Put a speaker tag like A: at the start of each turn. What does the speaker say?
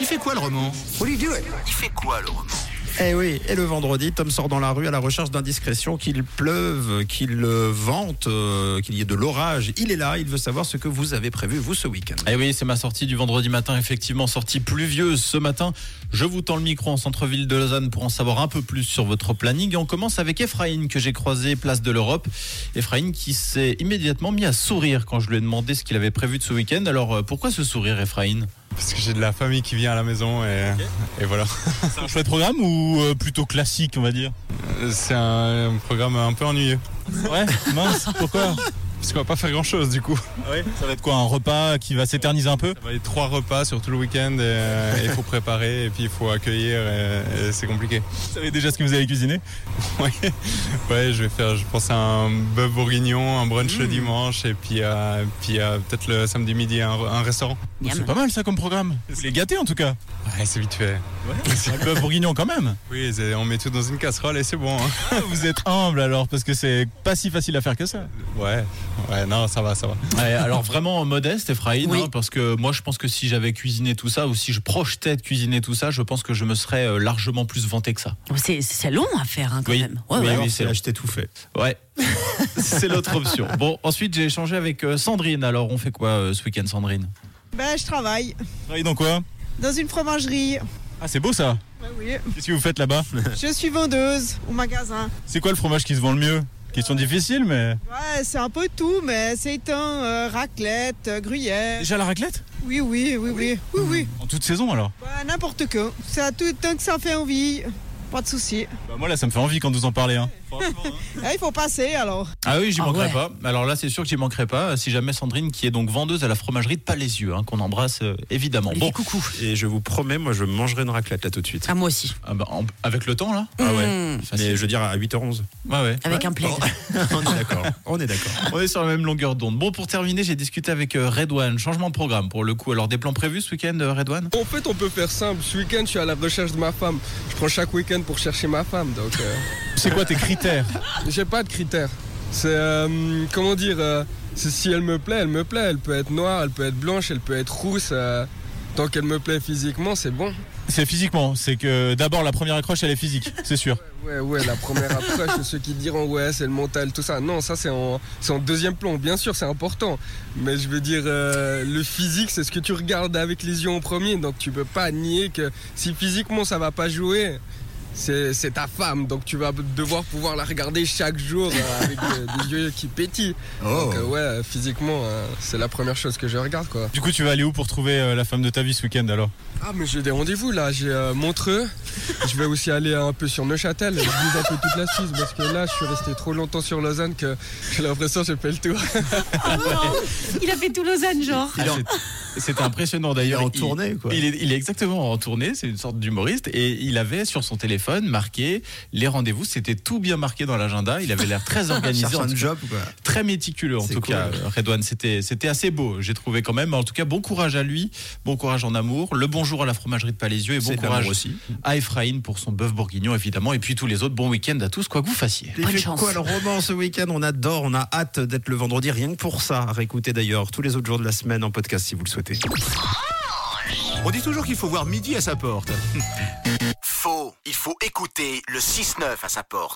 A: Il fait quoi le roman
B: What are you doing?
A: Il fait quoi le roman
B: Eh oui, et le vendredi, Tom sort dans la rue à la recherche d'indiscrétions, qu'il pleuve, qu'il euh, vente, euh, qu'il y ait de l'orage. Il est là, il veut savoir ce que vous avez prévu, vous, ce week-end.
C: Eh oui, c'est ma sortie du vendredi matin, effectivement, sortie pluvieuse ce matin. Je vous tends le micro en centre-ville de Lausanne pour en savoir un peu plus sur votre planning. Et on commence avec Ephraïn, que j'ai croisé place de l'Europe. Ephraïn qui s'est immédiatement mis à sourire quand je lui ai demandé ce qu'il avait prévu de ce week-end. Alors, euh, pourquoi ce sourire, Ephraïn
D: Parce que j'ai de la famille qui vient à la maison et, et voilà.
C: C'est un chouette programme ou euh, plutôt classique, on va dire
D: C'est un, un programme un peu ennuyeux.
C: Ouais, mince, pourquoi
D: Parce qu'on va pas faire grand chose du coup.
C: Ça va être quoi, un repas qui va s'éterniser un peu
D: Ça va être trois repas sur tout le week-end et euh, il faut préparer et puis il faut accueillir et, et c'est compliqué.
C: Vous savez déjà ce que vous allez cuisiner
D: Ouais. ouais, je vais faire, je pense, un bœuf bourguignon, un brunch
C: Mmh.
D: le dimanche et puis, euh, puis euh, peut-être le samedi midi un, un restaurant.
C: C'est pas mal ça comme programme. Vous les gâtez en tout cas.
D: Ouais, c'est vite fait.
C: Un bœuf bourguignon quand même.
D: Oui, c'est- on met tout dans une casserole et c'est bon. hein.
C: Vous êtes humble alors parce que c'est pas si facile à faire que ça.
D: Ouais, ouais, non, ça va, ça va.
C: Ouais, alors vraiment modeste, Ephraim,
E: Oui.
C: hein, parce que moi je pense que si j'avais cuisiné tout ça ou si je projetais de cuisiner tout ça, je pense que je me serais euh, largement plus vanté que ça.
E: C'est- C'est long à faire hein, quand
C: Oui.
E: même. Ouais,
C: Oui,
E: ouais.
C: oui.
B: c'est là, je t'ai tout fait.
C: Ouais, c'est l'autre option. Bon, ensuite j'ai échangé avec euh, Sandrine. Alors on fait quoi euh, ce week-end, Sandrine
F: Ben, je travaille
C: Travaille dans quoi
F: dans une fromagerie.
C: Ah, c'est beau ça.
F: Ben oui.
C: Qu'est-ce que vous faites là-bas
F: Je suis vendeuse au magasin.
C: C'est quoi le fromage qui se vend le mieux Question difficile, mais.
F: Ouais, c'est un peu tout, mais c'est un euh, raclette, euh, gruyère.
C: Déjà la raclette
F: Oui, oui, oui, oui, oui, oui.
C: En toute saison alors
F: Ouais, N'importe quoi. Ça tout tant que ça fait envie. Pas de souci.
C: Bah, Moi là, ça me fait envie quand vous en parlez. hein.
F: Eh, Il faut passer alors.
C: Ah oui, j'y
E: Ah
C: manquerai
E: ouais.
C: pas. Alors là, c'est sûr que j'y manquerai pas. Si jamais Sandrine, qui est donc vendeuse à la fromagerie de Palaisieux, hein, qu'on embrasse euh, évidemment. Bon,
B: coucou. Et je vous promets, moi, je mangerai une raclette là tout de suite.
E: Ah, moi aussi.
C: ah bah, en- avec le temps là
B: Ah ouais.
E: Mmh,
B: Mais je veux dire à 8h11.
C: Ouais, ouais.
E: Avec un plaid.
C: Oh.
B: On est d'accord. On est d'accord.
C: On est sur la même longueur d'onde. Bon, pour terminer, j'ai discuté avec euh, Redouane. Changement de programme pour le coup. Alors, des plans prévus ce week-end, euh, Redouane
G: En fait, on peut faire simple. Ce week-end, je suis à la recherche de ma femme. Je prends chaque week-end pour chercher ma femme. Donc, euh,
C: C'est quoi tes critères
G: j'ai pas de critères. C'est euh, comment dire euh, C'est si elle me plaît, elle me plaît. Elle peut être noire, elle peut être blanche, elle peut être rousse. euh, tant qu'elle me plaît physiquement, c'est bon.
C: C'est physiquement. C'est que d'abord, la première accroche, elle est physique, c'est sûr.
G: Ouais, ouais. La première approche, ceux qui diront ouais, c'est le mental, tout ça. Non, ça c'est en, c'est en deuxième plan. Bien sûr, c'est important. Mais je veux dire, euh, le physique, c'est ce que tu regardes avec les yeux en premier. Donc tu peux pas nier que si physiquement ça va pas jouer, c'est c'est ta femme. Donc tu vas devoir pouvoir la regarder chaque jour euh, avec des, des yeux qui pétillent. Donc euh, ouais, physiquement, euh, c'est la première chose que je regarde quoi.
C: Du coup, tu vas aller où pour trouver euh, la femme de ta vie ce week-end alors
G: Ah mais j'ai des rendez-vous là, j'ai euh, Montreux, je vais aussi aller un peu sur Neuchâtel, je vise un peu toute la Suisse parce que là je suis resté trop longtemps sur Lausanne que j'ai l'impression que j'ai fait le tour.
E: Il a fait tout Lausanne, genre.
C: Il est en- C'était Ah, impressionnant
B: Il est
C: d'ailleurs.
B: en
C: Il-
B: tournée, quoi.
C: Il est, il est exactement en tournée, c'est une sorte d'humoriste. Et il avait sur son téléphone marqué les rendez-vous. C'était tout bien marqué dans l'agenda. Il avait l'air très organisé,
B: Cherche
C: en tout
B: un
C: cas,
B: job, quoi.
C: très méticuleux en
B: C'est
C: tout
B: cool.
C: cas. euh, Redouane, c'était c'était assez beau, j'ai trouvé quand même. En tout cas, bon courage à lui, bon courage en amour. Le bonjour à la fromagerie de Palaisieux et
B: C'est
C: bon
B: de l'amour
C: courage
B: aussi.
C: à Ephraïm pour son bœuf bourguignon évidemment. Et puis tous les autres, bon week-end à tous, quoi que vous fassiez.
B: Il
E: Bonne
B: fait
E: chance.
B: quoi le roman ce week-end On adore, on a hâte d'être le vendredi rien que pour ça. À réécouter d'ailleurs tous les autres jours de la semaine en podcast si vous le souhaitez.
A: On dit toujours qu'il faut voir midi à sa porte.
H: Faux. Il faut écouter le 6-9 à sa porte.